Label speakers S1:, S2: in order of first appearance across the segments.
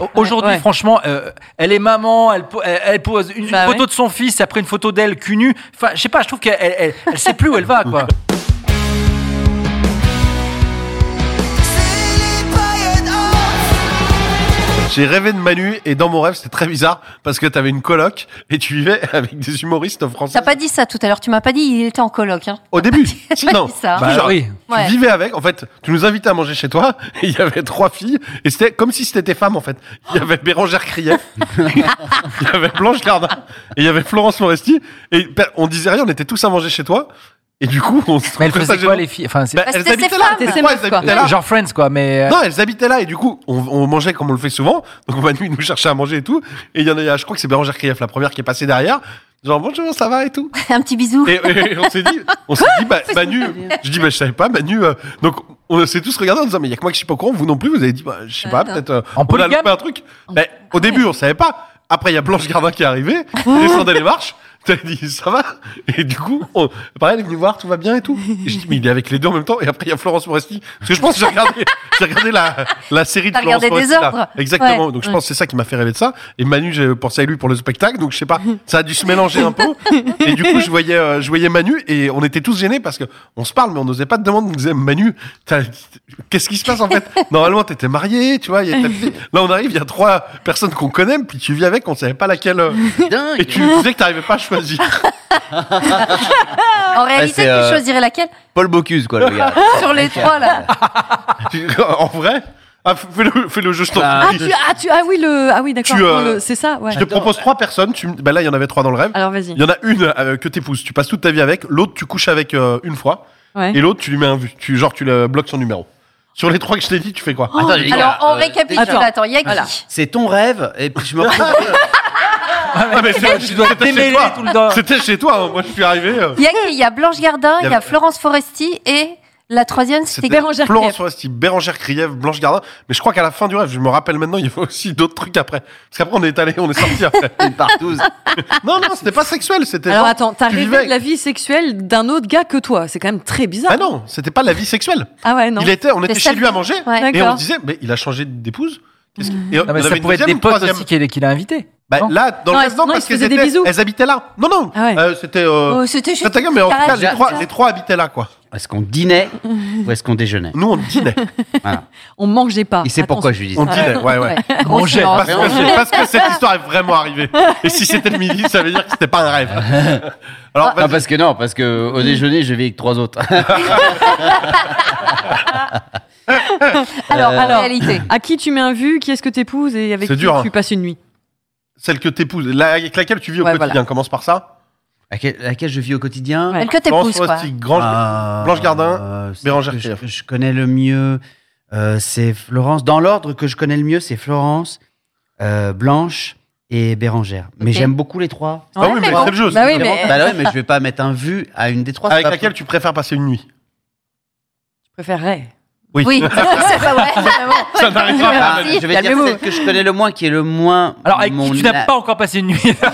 S1: O- Aujourd'hui,
S2: ouais.
S1: franchement, euh, elle est maman, elle, po- elle, elle pose une, une
S2: Bah
S1: photo
S2: ouais.
S1: de son fils, après une photo d'elle cul nu. Enfin, je sais pas, je trouve qu'elle elle, elle- elle sait plus où elle va, quoi.
S3: J'ai rêvé de Manu et dans mon rêve c'était très bizarre parce que t'avais une coloc et tu vivais avec des humoristes français.
S4: T'as pas dit ça tout à l'heure. Tu m'as pas dit il était en coloc. Hein.
S3: Au début,
S4: t'as pas
S3: non.
S4: dit ça.
S3: Tu-
S1: Bah
S3: genre,
S1: oui.
S3: Tu
S4: Ouais.
S3: vivais avec, en fait, tu nous invitais à manger chez toi, et il y avait trois filles, et c'était comme si c'était tes femmes, en fait. Il y avait Bérangère Krief, il y avait Blanche Cardin, et il y avait Florence Foresti, et pe- on disait rien, on était tous à manger chez toi, et du coup, on se
S1: Mais elle
S3: trouvait
S1: faisait
S3: ça
S1: quoi,
S3: gênant.
S1: les filles enfin, c'est-
S3: Bah,
S4: Bah,
S3: elles
S4: c'était
S3: habitaient
S4: ses
S3: là,
S4: femmes,
S3: les
S2: c'était ses
S3: trois,
S2: meufs,
S3: elles
S2: quoi.
S3: habitaient là.
S1: Genre Friends, quoi, mais. euh,
S3: Non, elles habitaient là et du coup, on, on mangeait comme on le fait souvent. Donc Manu, il nous cherchait à manger et tout. Et il y en a, je crois que c'est Bérangère Krief, la première qui est passée derrière. Genre, bonjour, ça va et tout.
S4: Un petit bisou.
S3: Et, et on s'est dit, on s'est dit, bah, Manu, je dis, bah, je savais pas, Manu. euh, donc, on s'est tous regardés en disant, mais il y a que moi qui suis pas au courant, vous non plus, vous avez dit, bah, je sais pas,
S4: Attends.
S3: peut-être, euh,
S1: En
S3: on a
S1: polygame
S3: loupé un truc. Ben, au début, on savait pas. Après, il y a Blanche Gardin qui est arrivée, descendait les marches. T'as dit, ça va? Et du coup, on, pareil, elle est venue voir, tout va bien et tout. Et je dis, mais il est avec les deux en même temps. Et après, il y a Florence Foresti. Parce que je pense que j'ai regardé, j'ai regardé la, la série de
S4: T'as
S3: Florence
S4: regardé
S3: Foresti. là.
S4: Désordre.
S3: Exactement.
S4: Ouais.
S3: Donc, je pense que c'est ça qui m'a fait rêver de ça. Et Manu, j'ai pensé à lui pour le spectacle. Donc, je sais pas, ça a dû se mélanger un peu. Et du coup, je voyais, euh, je voyais Manu et on était tous gênés parce que on se parle, mais on n'osait pas te demander. On disait, Manu, t'as- qu'est-ce qui se passe en fait Normalement, t'étais marié, tu vois. il y a ta fille. Là, on arrive, il y a trois personnes qu'on connaît, puis tu vis avec, on savait pas laquelle. euh, et tu disais que t'arrivais pas à choisir.
S4: En réalité,
S5: c'est, euh,
S4: tu choisirais laquelle
S5: Paul Bocuse, quoi, le gars.
S3: Ah,
S4: Sur les trois là.
S3: Tu- en vrai, ah, fais, le, fais le jeu, je t'en
S5: Bah,
S2: Ah,
S3: prie.
S2: tu, ah, tu- ah oui, le, ah oui, d'accord.
S3: Tu, euh,
S2: Non, le- C'est ça, ouais.
S3: Je te propose trois personnes. Tu, me- ben là, il y en avait trois dans le rêve.
S2: Alors vas-y.
S3: Il y en a une euh, que t'épouses, tu passes toute ta vie avec. L'autre, tu couches avec euh, une fois.
S2: Ouais.
S3: Et l'autre, tu lui mets un vu. Tu, genre, tu le bloques son numéro. Sur les trois que je t'ai dit, tu fais quoi
S2: Oh,
S5: Attends, les
S4: Alors
S5: gars,
S4: on
S5: euh,
S4: récapitule.
S2: attends.
S4: Attends, il y a qui
S5: C'est ton rêve, et puis je me
S3: Ah, mais c'est-
S1: tu dois
S3: c'était chez
S1: démêler
S3: toi.
S1: tout le temps.
S3: C'était chez toi. hein. Moi, je suis arrivé. euh,
S4: Il y a qui Il y a Blanche Gardin, il y a Florence Foresti et la troisième c'était
S3: C'était
S2: Bérangère
S3: Florence
S2: Krief.
S3: Foresti, Bérangère Krief, Blanche Gardin. Mais je crois qu'à la fin du rêve, je me rappelle maintenant, il y avait aussi d'autres trucs après. Parce qu'après, on est allé, on est sorti après.
S5: une partouze.
S3: non, non, c'était pas sexuel, c'était.
S2: Alors
S3: genre,
S2: attends, t'as
S3: tu
S2: rêvé
S3: vivais-
S2: de la vie sexuelle d'un autre gars que toi. C'est quand même très bizarre.
S3: Ah non, c'était pas la vie sexuelle.
S2: Ah ouais, non.
S3: Il était, on était chez
S4: celle-
S3: lui à manger.
S4: Ouais.
S3: Et on
S2: D'accord.
S3: se disait, mais il a changé d'épouse. Qu'est-ce qui- Et on
S1: Non, Ah, mais
S3: avait
S1: ça
S3: une
S1: pouvait être des
S3: deuxième,
S1: potes
S3: troisième.
S1: aussi qu'il qu'il a invités.
S3: Bah,
S1: Non.
S3: là, dans
S2: Non,
S3: le rêve,
S2: elles-
S3: non,
S2: non,
S3: parce
S2: ils se
S3: qu'elles
S2: faisaient des
S3: étaient-
S2: bisous.
S3: elles habitaient là. Non, non,
S2: Ah ouais.
S3: euh, c'était. euh,
S4: Oh, c'était
S3: ah,
S4: juste.
S3: ta gueule, mais en tout cas, les
S4: Carré-
S3: trois, les trois habitaient là, quoi.
S5: Est-ce qu'on dînait ou est-ce qu'on déjeurnait
S3: Nous, on dînait.
S5: Voilà.
S2: On mangeait pas.
S5: Il sait
S2: Ah, Attention.
S5: pourquoi Ah, je lui dis
S3: On
S5: ça.
S3: dînait,
S2: oh,
S3: ouais, ouais.
S4: Grosse
S1: Mangeait,
S4: nuance.
S3: Parce que, c'est- parce que cette histoire est vraiment arrivée. Et si c'était le midi, ça veut dire que c'était pas un rêve. Alors,
S2: Ah.
S5: Non,
S3: vas-y.
S5: ah, parce que non, parce que au déjeuner, je vais avec trois autres.
S4: Alors, en
S2: Euh, alors.
S4: réalité.
S2: À qui tu mets un vu Qui est-ce que t'épouses et avec
S3: C'est
S2: qui
S3: dur, hein.
S2: tu passes une nuit
S3: celle que t'épouses, la- avec laquelle tu vis au
S2: Ouais,
S3: quotidien,
S2: voilà.
S3: commence par ça.
S5: laquelle, laquelle je vis au quotidien
S2: Ouais.
S4: Elle que
S3: Florence
S4: t'épouses quoi
S3: Foresti, Grange-
S5: Ah,
S3: Blanche Gardin,
S5: euh, celle
S3: Bérangère
S5: que je,
S3: Krief.
S5: que je connais le mieux, euh, c'est Florence. Dans l'ordre que je connais le mieux, c'est Florence, euh, Blanche et Bérangère.
S4: Ok.
S5: Mais
S4: Eh.
S5: j'aime beaucoup les trois.
S3: Ah oui, mais
S4: bon.
S3: c'est le jeu.
S2: Bah oui,
S3: c'est
S2: mais
S3: vraiment-
S5: Bah ouais, mais je vais pas mettre un vu à une des trois. c'est
S3: Avec
S5: pas
S3: laquelle tu préfères passer une nuit
S2: je préférerais.
S4: Oui, c'est pas vrai. vraiment.
S3: Ça n'arrivera pas.
S5: Ah, je vais dire
S2: Calmez-vous.
S5: celle que je connais le moins, qui est le moins.
S1: Alors, avec
S5: mon
S1: qui tu n'as
S5: a-
S1: pas encore passé une nuit
S3: Euh,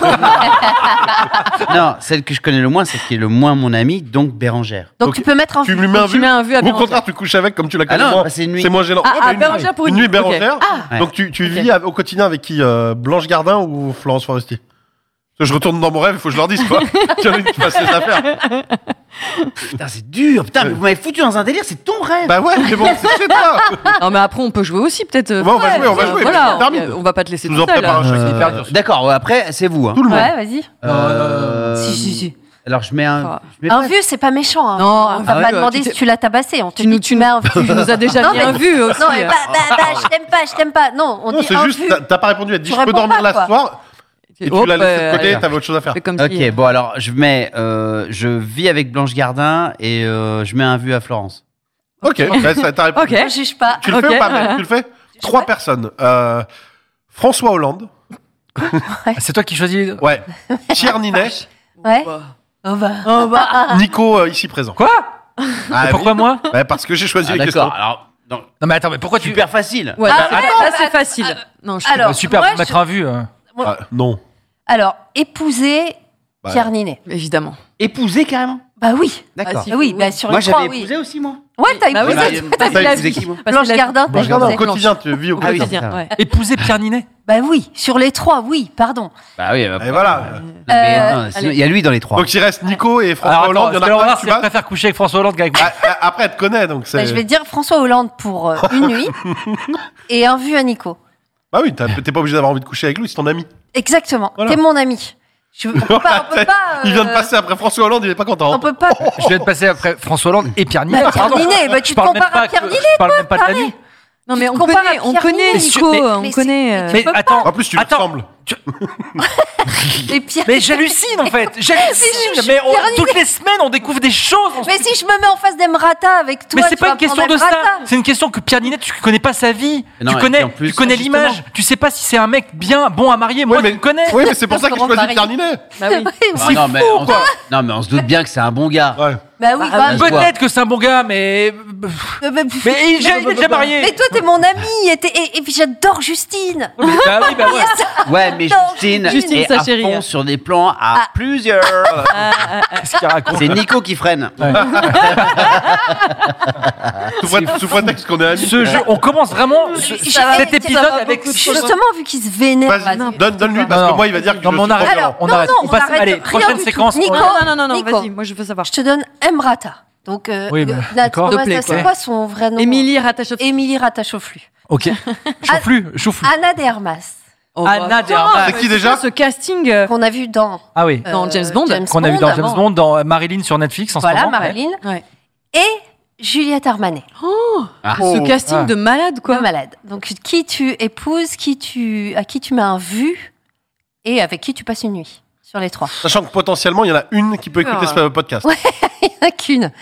S5: Non, celle que je connais le moins, celle qui est le moins mon amie, donc Bérangère.
S4: Donc
S3: Ok.
S4: tu peux mettre un.
S3: Tu lui mets un
S2: Tu
S3: vu.
S2: mets un vu
S3: Ou
S2: à
S3: au
S2: Bérangère.
S3: contraire, tu couches avec comme tu la
S5: Ah
S3: connais.
S5: non,
S3: moins.
S5: bah, c'est une nuit.
S3: C'est moins gênant.
S2: Ah,
S3: Ouais, bah,
S2: ah,
S3: une
S2: Bérangère
S3: nuit.
S2: pour une
S3: Une nuit
S2: nuit, ok.
S3: Bérangère.
S4: Ah.
S3: Donc tu, tu
S2: Ok.
S3: vis avec- au quotidien avec qui euh, Blanche Gardin ou Florence Foresti Parce que Je retourne dans mon rêve, il faut que je leur dise quoi. Tu as envie que tu fasses les affaires.
S5: Putain, c'est dur. Putain, mais vous m'avez foutu dans un délire, c'est ton rêve.
S3: Bah ouais, mais bon, c'est chez toi.
S4: Ah.
S2: Non, mais après, on peut jouer aussi, peut-être. euh,
S3: Bon, on va jouer, on va
S2: euh,
S3: jouer,
S2: Voilà,
S3: mais termine.
S2: on, on va pas te laisser
S3: Nous
S2: tout
S3: en
S2: seul. hein.
S3: préparons.
S5: Euh,
S3: je sais que c'est hyper dur, ça.
S5: D'accord, ouais, après, c'est vous. hein.
S3: Tout le monde.
S4: Ouais, vas-y.
S5: Euh,
S4: Si, si, si.
S5: Alors, je mets un.
S2: Ah.
S5: je mets
S4: Un
S5: pas-
S4: vu, c'est pas méchant. hein.
S2: Non,
S3: Ah
S4: on
S2: un
S4: va
S2: vu,
S4: pas
S2: euh,
S4: demander
S2: tu
S4: si
S2: t'es-
S4: tu l'as tabassé. On te
S2: Tu nous,
S4: dit,
S2: tu,
S4: tu mets un vu.
S2: tu nous as déjà
S4: Non,
S2: mis
S4: mais-
S2: un vu aussi. hein.
S4: Non, mais bah, bah, bah, je t'aime pas, je t'aime pas. Non, on
S3: Non,
S4: dit
S3: c'est
S4: un
S3: juste,
S4: vu.
S3: t'as- t'as pas répondu. Elle te dit,
S4: Tu
S3: je peux
S4: réponds
S3: dormir
S4: pas,
S3: la
S4: quoi.
S3: soir. Et tu
S2: Hop,
S3: l'as laissé de
S2: euh,
S3: côté,
S2: allez,
S3: t'avais autre chose à faire.
S2: fais comme si-
S5: Ok, bon, euh, alors, je mets. euh, je vis avec Blanche Gardin et euh, je mets un vu à Florence.
S3: Ok, bah, ça, t'as répondu.
S2: Ok.
S4: Je juge pas.
S3: Tu le
S2: Ok.
S3: fais ou pas, Mel Tu le fais Trois personnes. Euh, François Hollande.
S1: Ah, C'est toi qui choisis.
S3: Ouais. Pierre Ninet.
S4: Ouais.
S2: Oh, bah.
S3: Nico, euh, ici présent.
S1: Quoi
S3: Ah, oui.
S1: Pourquoi moi
S3: Bah, Parce que j'ai choisi
S5: Ah,
S3: les questions.
S5: D'accord. Alors, non,
S1: Non mais attends, mais pourquoi tu
S5: super facile.
S2: Ouais,
S4: Ah,
S2: là,
S4: attends,
S2: là, c'est
S4: attends,
S2: facile. non, je
S4: alors-
S1: Euh, Super,
S4: moi,
S1: pour mettre
S4: je-
S1: en vue. euh.
S3: Ah, non.
S4: Alors, épouser
S3: Bah,
S4: Pierre Ninet.
S2: Évidemment.
S5: Épousé carrément.
S4: Bah oui.
S5: D'accord.
S2: Ah, si.
S4: Bah oui,
S2: Oui.
S4: bah sur
S5: Moi
S4: les trois,
S5: j'avais
S4: oui.
S5: épousé aussi moi.
S4: Ouais, t'as
S2: Bah oui,
S4: épousé.
S5: Bah,
S4: t'as
S5: t'as
S4: fait la
S5: épousé
S4: vie.
S5: qui, moi
S2: Parce
S4: Blanche
S2: que la-
S4: Gardin,
S3: Bon,
S4: t'as
S3: je regarde
S4: épousé.
S3: au quotidien, tu vis au
S5: Ah oui,
S3: quotidien.
S5: c'est ça.
S2: Ouais.
S1: Épouser Pierre Ninet.
S4: Bah oui, sur les trois, oui, pardon.
S5: Bah oui. bah,
S3: Et voilà.
S5: mais,
S4: Euh,
S5: attends, sinon, il y a lui dans les trois.
S3: Donc il reste Nico et François
S1: Alors,
S3: Hollande.
S1: attends,
S3: Il y
S1: parce
S3: en
S1: que
S3: a un
S1: Hollande,
S3: que tu
S1: il
S3: vas-
S1: préfère coucher avec François Hollande qu'avec moi.
S3: Ah, ah, Après, elle te connaît, donc
S4: Bah,
S3: c'est.
S4: je vais dire François Hollande pour euh, une nuit et un vu à Nico.
S3: Bah oui, t'as- t'es pas obligé d'avoir envie de coucher avec lui, c'est ton ami.
S4: Exactement.
S3: Voilà.
S4: T'es mon ami. Je, on peut pas. On peut pas
S3: Il vient de
S4: euh,
S3: passer après François Hollande, il est pas content.
S4: On peut pas.
S1: Je
S3: oh.
S1: viens de passer après François Hollande et Pierre Ninet.
S4: Bah, Pierre
S1: pardon.
S4: Ninet, bah, tu
S1: Je
S4: te
S1: parle même
S4: compares à
S1: pas que-
S4: Pierre Ninet,
S1: Je parle même pas de la nuit.
S2: Non,
S4: Tu
S2: mais
S4: te
S2: on
S4: compares
S2: connaît,
S4: à
S2: on
S4: Pierre
S2: connaît,
S4: Ninet.
S2: Nico.
S1: Mais-
S2: On
S4: mais
S2: connaît. euh,
S4: c'est-
S1: Mais
S4: peux pas.
S1: attends,
S3: En plus, tu lui
S1: attends.
S3: ressembles.
S4: Et Pierre-
S1: Mais j'hallucine en fait, j'hallucine.
S4: je-
S1: Mais on-
S4: Pierre Ninet.
S1: toutes les semaines, on découvre des choses. on se-
S4: Mais si je me mets en face d'Emrata avec toi,
S1: Mais c'est
S4: tu
S1: pas
S4: vas
S1: une question
S4: prendre
S1: de ça.
S4: Emrata.
S1: C'est une question que Pierre Ninet, tu connais pas sa vie.
S5: Non,
S1: tu
S5: et
S1: connais,
S5: puis en plus-
S1: tu connais
S5: justement.
S1: l'image. Tu sais pas si c'est un mec bien, bon à marier. Moi,
S3: Oui, mais-
S1: tu le connais.
S3: Oui, mais c'est pour ça que je
S4: Laurent
S3: choisis
S4: Paris.
S3: Pierre Ninet.
S2: Bah oui.
S5: Ah,
S1: c'est
S5: non, mais
S1: fou,
S5: on, non mais on se doute bien que c'est un bon gars.
S3: Ouais.
S4: Bah oui,
S2: Bah,
S4: bah, bah,
S5: se voit.
S1: Peut-être que c'est un bon gars, mais
S4: mais-
S1: Ah, mais il, il est déjà marié.
S4: Mais toi, t'es mon ami et, t'es- et- et puis j'adore Justine.
S1: Mais- ah oui, bah ouais.
S5: Ouais, mais
S4: Non,
S5: Justine,
S2: Justine,
S5: est
S2: sa
S5: à
S2: chérie.
S5: fond sur des plans à plusieurs.
S1: Qu'est-ce qu'il raconte
S5: C'est Nico qui freine.
S3: Sous prét- Sous prétexte qu'on est amis.
S1: Ce jeu, on commence vraiment ce-
S4: Ça va,
S1: cet
S4: ça
S1: épisode
S4: va
S1: avec.
S4: Justement, vu qu'il se vénère.
S3: Vas-y,
S4: là,
S3: donne- donne-lui, parce
S1: Non,
S3: que
S1: non.
S3: moi, il va dire que
S1: Non,
S3: je
S1: mais on
S3: suis trop
S1: arrête.
S3: violent.
S4: Alors,
S1: on
S4: non,
S1: arrête.
S4: non,
S1: on
S4: on
S1: passe.
S4: arrête
S1: Allez,
S4: rien
S1: prochaine
S4: du tout.
S1: séquence.
S4: Nico.
S1: on-
S2: Non, non, non, non,
S4: Nico.
S2: vas-y, moi je veux savoir.
S4: Je te donne Emrata. Donc, euh,
S1: Oui,
S4: le-
S1: bah,
S4: la-
S1: d'accord.
S4: comment
S2: S'il te plaît,
S4: ça- c'est
S2: quoi.
S4: quoi son vrai nom
S2: Émilie Ratachov.
S4: Émilie Ratachoflu.
S1: Ok. Choufflu,
S4: Ah,
S1: choufflu.
S4: Anna de Armas,
S2: Oh,
S1: Anna
S2: bah,
S1: de Armas.
S3: C'est qui déjà
S2: Ce casting. euh,
S4: qu'on a vu dans,
S1: Ah oui.
S4: euh,
S2: Dans James Bond.
S1: Qu'on a vu dans James
S4: avant.
S1: Bond, dans euh, Marilyn sur Netflix en ce
S4: Voilà,
S1: moment.
S4: Marilyn.
S2: Ouais.
S4: Et Juliette Armanet,
S1: Oh.
S2: Ce casting
S1: Ah.
S2: de malade,
S4: quoi
S2: quoi.
S4: malade. Donc, qui tu épouses, qui tu, à qui tu mets un vu et avec qui tu passes une nuit sur les trois.
S3: Sachant que potentiellement, il y en a une qui peut écouter ce podcast.
S4: Il n'y en a qu'une.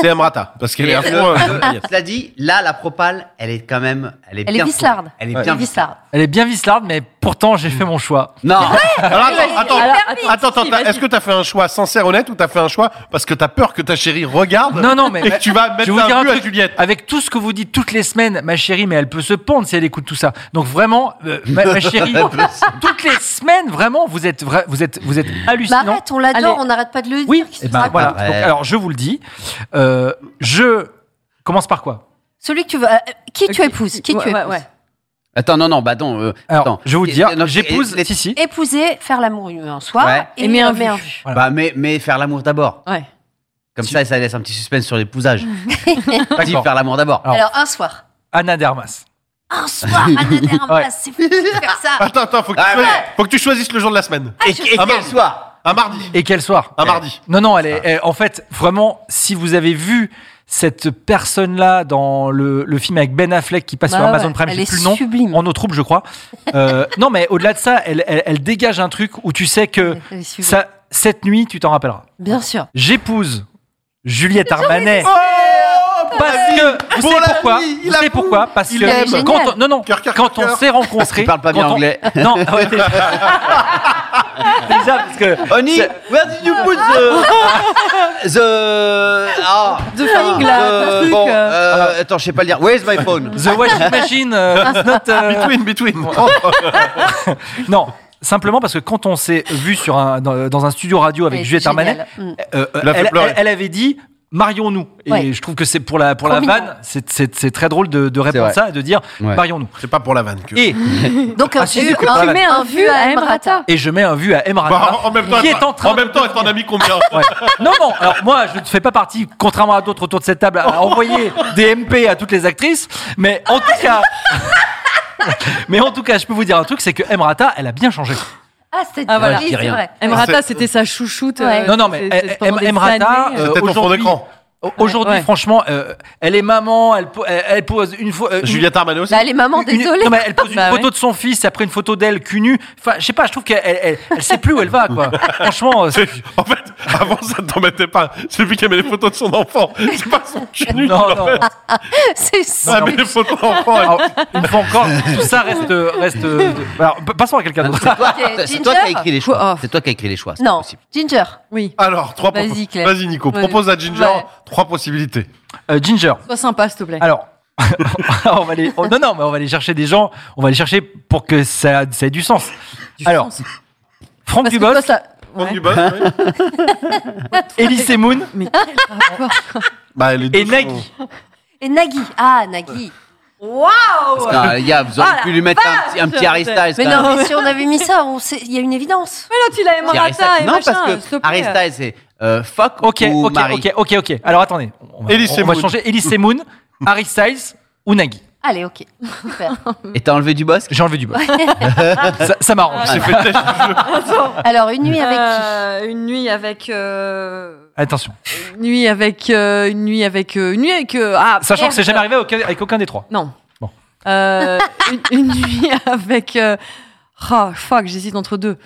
S3: C'est Amrata. Parce qu'elle est à
S5: Et,
S3: fond. euh,
S1: hein.
S5: euh, Cela dit, là, la propale, elle est quand même, elle est
S4: Elle est
S5: bien.
S4: vicelarde.
S5: Elle est
S3: Ouais.
S5: bien
S4: Vislarde.
S1: Elle est bien vislarde, mais pourtant j'ai fait mon choix.
S5: Non.
S3: Alors, attends, attends.
S2: Alors,
S3: Attends, attends,
S2: si,
S3: t'as-
S2: vas-y.
S3: est-ce que t'as fait un choix sincère, honnête, ou t'as fait un choix parce que t'as peur que ta chérie regarde
S1: Non, non, mais
S3: et que tu vas
S1: je
S3: mettre
S1: vais vous dire
S3: un
S1: un
S3: but à
S1: truc.
S3: Juliette
S1: Avec tout ce que vous dites toutes les semaines, ma chérie, mais elle peut se pendre si elle écoute tout ça. Donc vraiment, euh, ma, ma chérie, toutes les semaines, vraiment, vous êtes, vra- vous êtes, vous êtes
S4: Bah
S1: hallucinant.
S4: arrête, on l'adore,
S2: Allez.
S4: on n'arrête pas de le dire.
S1: Oui,
S4: Qu'est-ce
S1: eh
S4: que
S1: ben,
S4: tu
S1: voilà.
S5: racontes
S1: Donc, alors je vous le dis, euh, je commence par quoi
S4: Celui que tu veux. euh, qui tu
S2: Ok.
S4: épouses Qui
S2: Ouais,
S4: tu
S2: ouais,
S4: épouses
S2: ouais.
S5: Attends, non, non, bah non. euh,
S1: Alors,
S5: attends.
S1: je vais vous
S5: Et-
S1: dire,
S5: et- non,
S1: j'épouse,
S5: et-
S1: si si,
S4: Épouser, faire l'amour un soir
S5: Ouais.
S4: et,
S2: Et mets un
S4: euh,
S2: vu.
S4: mets un vu.
S1: Voilà.
S5: Bah, mais, mais faire l'amour d'abord.
S2: Ouais.
S5: Comme
S1: Si.
S5: ça, ça laisse un petit suspense sur l'épousage. Dis
S1: d'accord. Ah,
S5: faire l'amour d'abord.
S1: Alors.
S4: Alors un soir.
S1: Anna Dermas.
S4: Un soir, Anna Dermas, c'est fou de faire ça.
S3: Attends, attends, faut que,
S5: Ah
S3: tu choisisses,
S5: ouais.
S3: faut que tu choisisses le jour de la semaine.
S5: Et, et
S3: Ah,
S5: quel
S3: merde.
S5: soir
S3: Un mardi.
S1: Et quel soir Eh,
S3: Un mardi. Ah.
S1: Non, non, elle est, elle- en fait, vraiment, si vous avez vu cette personne-là dans le, le film avec Ben Affleck qui passe
S4: Bah
S1: sur Amazon
S4: ouais,
S1: Prime,
S4: elle
S1: j'ai
S4: est
S1: plus le nom,
S4: sublime.
S1: en eau trouble, je crois. Euh, non, mais au-delà de ça, elle, elle- elle dégage un truc où tu sais que
S4: Elle est sublime.
S1: ça, cette nuit, tu t'en rappelleras.
S4: Bien sûr.
S1: J'épouse Juliette Armanet.
S4: Oh,
S1: Parce que vous
S3: Pour
S1: savez
S3: Oh, la
S1: pourquoi
S3: vie, il
S1: Vous savez pourquoi Parce
S3: il
S4: aime.
S1: que
S4: Génial.
S1: quand on, non non
S3: Cœur, cœur,
S1: quand
S3: cœur,
S1: on
S3: cœur.
S1: s'est rencontrés,
S5: Tu parles pas bien
S1: quand on-
S5: anglais.
S1: Non ouais, déjà. Déjà, parce que
S5: Honey, where did you put the... the... Ah,
S2: The flying glass,
S5: the-
S2: un truc,
S5: Bon,
S2: euh.
S5: euh, attends, je sais pas le dire. Where's my phone
S1: The washing machine
S4: Ah.
S1: euh, is not, euh,
S3: Between, between.
S1: Non, simplement parce que quand on s'est vu sur un, dans, dans un studio radio avec
S4: Mais
S1: Juliette
S4: c'est
S1: Armanet,
S4: génial. Mm.
S1: euh, euh,
S3: Elle a fait
S1: elle,
S3: pleurer.
S1: elle- elle avait dit marions-nous. Et
S4: Ouais.
S1: je trouve que c'est pour la, pour la
S4: Trop mignon.
S1: vanne, c'est- c'est c'est très drôle de, de répondre
S5: vrai.
S1: ça et de dire
S5: Ouais.
S1: marions-nous.
S3: C'est pas pour la vanne que.
S1: Et,
S4: Donc
S1: Ah,
S4: un
S1: si,
S4: vu,
S1: c'est que
S4: un-
S1: tu
S2: mets un vu à Emrata.
S1: et je mets un vu à Emra.
S3: Bah, en, en même temps,
S1: qui
S3: elle-
S1: est en train.
S3: même temps, elle t'en a mis combien
S1: Ouais. Non, non, alors moi je ne fais pas partie, contrairement à d'autres autour de cette table, à
S3: Oh.
S1: envoyer des MP à toutes les actrices, mais en tout cas. Mais en tout cas, je peux vous dire un truc, c'est que Emrata, elle a bien changé.
S4: Ah, c'est
S2: Ah, voilà.
S4: oui, c'est vrai.
S2: Emrata,
S3: C'est-
S2: c'était sa chouchoute. euh,
S4: Ouais.
S1: Non, non, mais
S2: c'est- c'est
S1: eh,
S2: pendant
S1: eh,
S2: des
S1: Emrata,
S2: années.
S1: euh,
S3: C'était ton fond
S1: aujourd'hui,
S3: d'écran.
S1: Aujourd'hui,
S2: ouais.
S1: franchement, euh, elle est maman, elle, po- elle, elle pose une fois. euh, une-
S3: Juliette Armanos.
S4: Bah, les mamans,
S1: une- une-
S4: désolée.
S1: non, mais elle pose une
S2: Bah
S1: photo de son fils, après une photo d'elle cul nu. Enfin, je sais pas, je trouve qu'elle elle, elle, elle sait plus où elle va, quoi. Franchement, euh, c'est-
S3: En fait, avant ça ne t'embêtait pas. C'est lui qui aimait les photos de son enfant. C'est pas son cul nu.
S1: non, non.
S4: C'est
S3: Ah,
S4: sûr.
S3: mais les photos d'enfant. elle-
S1: Alors, une fois encore, tout ça reste. reste euh, de- Alors, p- passons à quelqu'un d'autre.
S5: C'est toi,
S4: Ok,
S5: c'est toi qui as
S4: Ginger
S5: écrit les
S2: Quoi,
S5: choix.
S2: oh.
S5: C'est toi qui as écrit les choix. c'est
S4: Non,
S5: pas possible.
S4: Ginger.
S2: Oui.
S3: Alors, trois
S4: Vas-y,
S3: propos-
S4: Claire.
S3: Vas-y, Nico.
S2: Ouais.
S3: Propose à Ginger
S4: Ouais.
S3: trois possibilités.
S1: Euh, Ginger.
S2: Sois sympa, s'il te plaît.
S1: Alors, on va aller, oh, non, non, mais on va aller chercher des gens, on va aller chercher pour que ça, ça ait du sens. alors,
S2: sens.
S1: Franck
S2: Parce que
S1: Dubos,
S2: toi, ça-
S3: Prends
S2: Ouais.
S3: du bol, oui.
S1: Elise Moon
S2: Mais quel rapport
S3: Bah, les deux
S1: et
S3: sont-
S1: Nagui.
S4: Et Nagui. Ah, Nagui.
S5: Parce que, ah, les gars, vous auriez
S2: Oh,
S5: pu
S2: la
S5: lui mettre un petit, un petit Harry Styles.
S4: Mais
S5: quand même.
S4: non, mais si on avait mis ça, on sait- il y a une évidence.
S2: Mais non, tu l'as
S5: Petit Harry
S2: Emirata
S5: Styles.
S2: et
S5: Non,
S2: machin,
S5: parce
S2: s'il te
S5: que
S2: plaît.
S5: Harry Styles, c'est euh, fuck
S1: Ok,
S5: ou
S1: ok,
S5: Marie.
S1: ok, ok, ok. Alors attendez, on va,
S3: Elise
S1: on va
S3: Moon.
S1: changer Elise Moon, Harry Styles ou Nagui.
S4: Allez, ok. Super.
S5: Et t'as enlevé du bosque
S1: J'ai enlevé Dubos. ça ça m'arrange.
S3: J'ai fait le test du jeu.
S4: Alors, une nuit avec
S2: Euh, Une nuit avec. euh,
S1: Attention,
S2: Une nuit avec. euh, Une nuit avec. euh, Une nuit avec. euh, Ah,
S1: sachant que c'est
S2: merde.
S1: jamais arrivé aucun- avec aucun des trois.
S2: Non.
S1: Bon.
S2: Euh, une, une nuit avec. euh, Oh, fuck, j'hésite entre deux.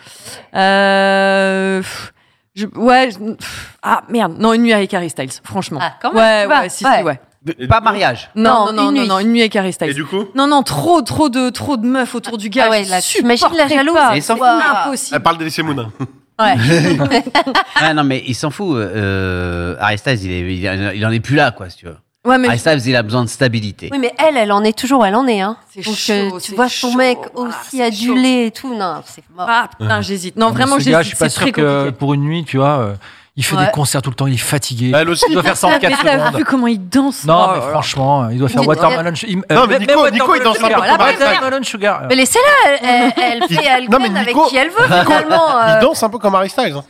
S2: Euh, pff, je- ouais. je- pff, ah, merde. Non, une nuit avec Harry Styles, franchement.
S4: Ah, quand même,
S2: ouais,
S4: tu vois,
S2: ouais, si,
S4: ouais.
S2: si, ouais.
S3: Et
S5: Pas
S3: du coup-
S5: mariage.
S2: Non, non, non,
S4: une
S2: non,
S4: nuit.
S2: non, une nuit avec Harry Styles.
S3: Et du coup
S2: Non, non, trop, trop de, trop de meufs autour du gars.
S4: Ah ouais,
S2: je
S4: là, tu
S2: supporterai
S4: imagines la jalouse.
S2: pas.
S5: Et ils s'en
S2: C'est
S5: foutent.
S3: Elle
S2: impossible.
S3: parle d'Elysée Moon.
S5: Ah, non, mais il s'en fout. Euh, Harry Styles, il, est, il, est- il en est plus là, quoi, si tu veux.
S2: Ouais, mais
S1: Ah,
S5: Harry Styles, il a besoin de stabilité.
S4: Oui, mais elle, elle en est toujours, où elle en est. Hein.
S2: C'est
S4: Donc,
S2: chaud,
S4: euh,
S2: c'est
S4: tu vois son
S2: chaud.
S4: mec
S2: Ah,
S4: aussi
S2: c'est
S4: adulé et tout. Non, c'est mort.
S2: ah putain, j'hésite. Non, vraiment,
S1: ce gars, je suis
S2: j'hésite.
S1: pas
S2: C'est
S1: sûr
S2: très
S1: que
S2: compliqué.
S1: pour une nuit, tu vois, euh, il fait
S2: Ouais.
S1: des concerts tout le temps, il est fatigué.
S3: Bah, Elle aussi.
S1: Il doit faire ça en
S2: Mais
S1: 4
S2: t'as
S1: secondes.
S2: vu comment il danse
S1: Non,
S2: Oh
S1: mais
S2: là là.
S1: franchement, euh, il doit faire
S4: Mais-
S1: Watermelon Sugar. Euh,
S3: Non, mais Nico- Nico, il danse un peu comme Harry Styles.
S1: Watermelon Sugar.
S4: Mais laissez-la, elle, elle, elle fait, elle
S3: Non, mais
S4: traîne avec
S3: Nico-
S4: qui elle veut finalement. euh,
S3: Il danse un peu comme Harry Styles. hein.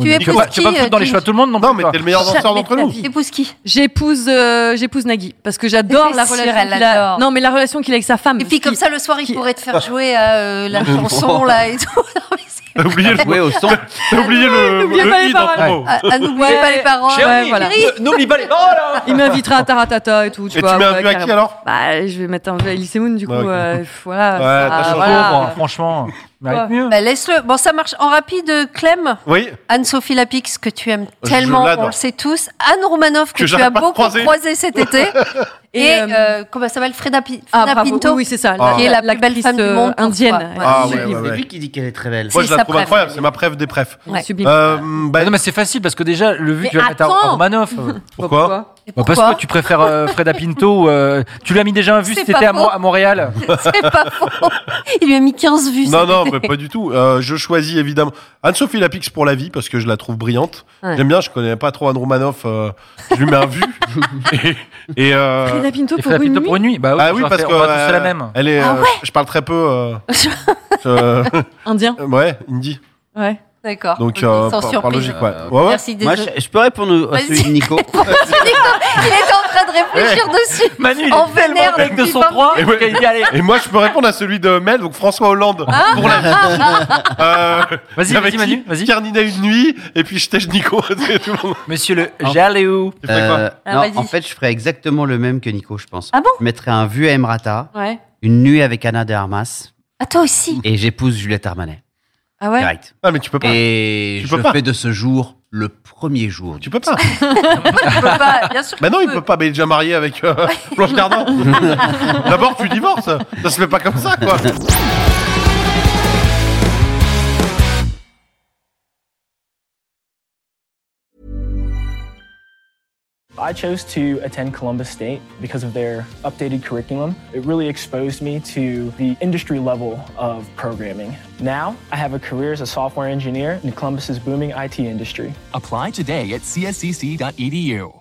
S4: tu
S1: Tu veux
S4: épouses
S1: pas, tu
S4: qui
S1: veux pas me foutre
S4: euh,
S1: dans les
S4: tu-
S1: choix de tout le monde non
S3: Non,
S1: plus,
S3: mais
S1: toi.
S3: t'es le meilleur danseur d'entre nous.
S4: Tu épouses qui
S2: J'épouse, euh, j'épouse Nagui parce que j'adore
S4: C'est
S2: la
S4: sûr,
S2: relation
S4: elle
S2: qu'il a.
S4: l'adore.
S2: Non, mais la relation qu'il a avec sa femme.
S4: Et puis comme
S2: Qui-
S4: ça, le soir, il
S2: qui-
S4: pourrait te faire jouer à euh, la chanson là et tout. Non, mais c'est-
S3: T'as oublié le
S5: Jouer au son.
S3: t'as oublié le-
S2: n'oubliez pas
S3: le
S2: les
S3: i dans ton
S2: paroles.
S3: mot.
S4: Ah, ah, N'oubliez
S2: Ouais.
S4: pas les paroles.
S1: Chérie,
S2: Ouais, voilà.
S1: ne- n'oublie pas les. Oh là
S2: Il m'invitera à Taratata et tout. Tu
S3: Et tu
S2: vois,
S3: mets un
S2: ouais,
S3: but à qui
S2: carrément.
S3: alors
S2: Bah, je vais mettre un vieux Elise Moon du coup.
S3: Ouais, ok.
S2: euh, voilà.
S1: Ah,
S3: Ouais, t'as
S2: ça,
S3: changé.
S2: Ah, voilà.
S1: Pauvre, franchement, mérite mieux.
S4: Bah, laisse-le. Bon, ça marche. En rapide, Clem,
S3: Oui.
S4: Anne-Sophie Lapix, que tu aimes
S3: Je
S4: tellement,
S3: l'adore.
S4: on le sait tous. Anne Roumanoff, que,
S3: Que
S4: tu
S3: j'arrête
S4: as
S3: pas de
S4: beaucoup
S3: croiser.
S4: croisé, cet été. Et,
S2: Et,
S4: euh, comment elle s'appelle Freda, Pi-
S2: Ah,
S4: Freda
S2: bravo.
S4: Pinto.
S2: Oui, oui, c'est ça.
S3: Ah.
S2: la-
S4: Qui est la plus belle
S2: l'actrice,
S4: femme du
S2: euh,
S4: monde,
S2: Indienne.
S4: quoi.
S3: Ah, ouais,
S5: C'est
S3: ouais, ouais.
S5: lui qui dit qu'elle est très belle.
S3: Moi, je
S4: C'est
S3: la
S4: sa
S3: trouve
S4: preuve.
S3: incroyable. C'est ma preuve des prefs.
S2: Elle est
S4: Ouais.
S2: Sublime.
S3: Euh, bah,
S1: Ah non, mais c'est facile parce que déjà, le vu
S2: Mais
S1: que tu vas mettre à- à
S2: attends.
S1: Romanoff. euh,
S3: pourquoi
S4: Et
S1: bah, parce
S4: pourquoi
S1: que tu préfères euh, Freda Pinto. ou, euh, tu l'as mis déjà un vu
S4: C'est
S1: si t'étais
S4: pas
S1: à, Mo-
S4: faux.
S1: à Montréal.
S4: C'est pas faux. Il lui a mis 15 vues.
S3: Non, non, mais pas du tout. Euh, je choisis évidemment Anne-Sophie Lapix pour la vie parce que je la trouve brillante.
S2: Ouais.
S3: J'aime bien, je connais pas trop Anne Romanoff. euh, je lui mets un vu. et, et, euh,
S2: Frida Pinto
S1: Et
S2: pour
S1: Freda
S2: une
S1: Pinto
S2: nuit.
S1: pour une nuit. Bah oui,
S3: ah
S1: je
S3: oui,
S1: vais
S3: parce
S1: faire-
S3: que
S1: Ah on va tous
S3: euh,
S1: faire la même.
S3: Elle est,
S4: Ah
S3: euh, je parle très peu. euh, euh,
S2: Indien.
S3: ouais, Indy.
S2: Ouais.
S4: D'accord.
S3: Donc,
S4: Ok,
S3: euh,
S4: sans
S3: par, par
S4: surprise.
S3: logique, ouais. Ah Ouais, ouais.
S4: Merci,
S5: Moi,
S4: désolé.
S5: je, je peux répondre à
S4: Vas-y.
S5: celui de Nico.
S4: Il était en train de réfléchir dessus.
S1: Manu, il
S4: En
S1: est tellement
S4: vénère
S1: mec de
S4: depuis
S1: son
S4: vingt-
S1: 3
S3: Et ouais.
S1: qu'il dit allez,
S3: Et moi, je peux répondre à celui de Mel, donc François Hollande.
S4: Hein
S3: pour la vie. Euh,
S1: Ah. Vas-y,
S3: avec
S1: vas-y, Manu,
S3: qui-
S1: vas-y.
S3: Carnina une nuit, et puis je tèche Nico. C'est tout le monde.
S1: Monsieur le Jaloux.
S3: Tu fais quoi
S5: Euh,
S4: Ah,
S5: non,
S4: vas-y.
S5: en fait, je ferais exactement le même que Nico, je pense.
S4: Ah bon
S5: Je mettrais un vu à Emrata,
S2: Ouais.
S5: une nuit avec Anna de Armas,
S4: Ah, toi aussi.
S5: et j'épouse Juliette Armanet.
S2: Ah ouais.
S5: Direct.
S3: Ah, mais tu peux pas.
S5: Et
S3: Tu
S5: je
S3: peux pas.
S5: fais de ce jour le premier jour.
S3: Tu peux pas.
S4: Tu peux pas. Bien sûr.
S3: Bah
S4: que
S3: non,
S4: tu
S3: il
S4: peux.
S3: peut pas, mais il est déjà marié avec euh, Blanche Gardin. D'abord, tu divorces. Ça se fait pas comme ça, quoi.
S6: I chose to attend Columbus State because of their updated curriculum. It really exposed me to the industry level of programming. Now, I have a career as a software engineer in Columbus's booming IT industry.
S7: Apply today at cscc.edu.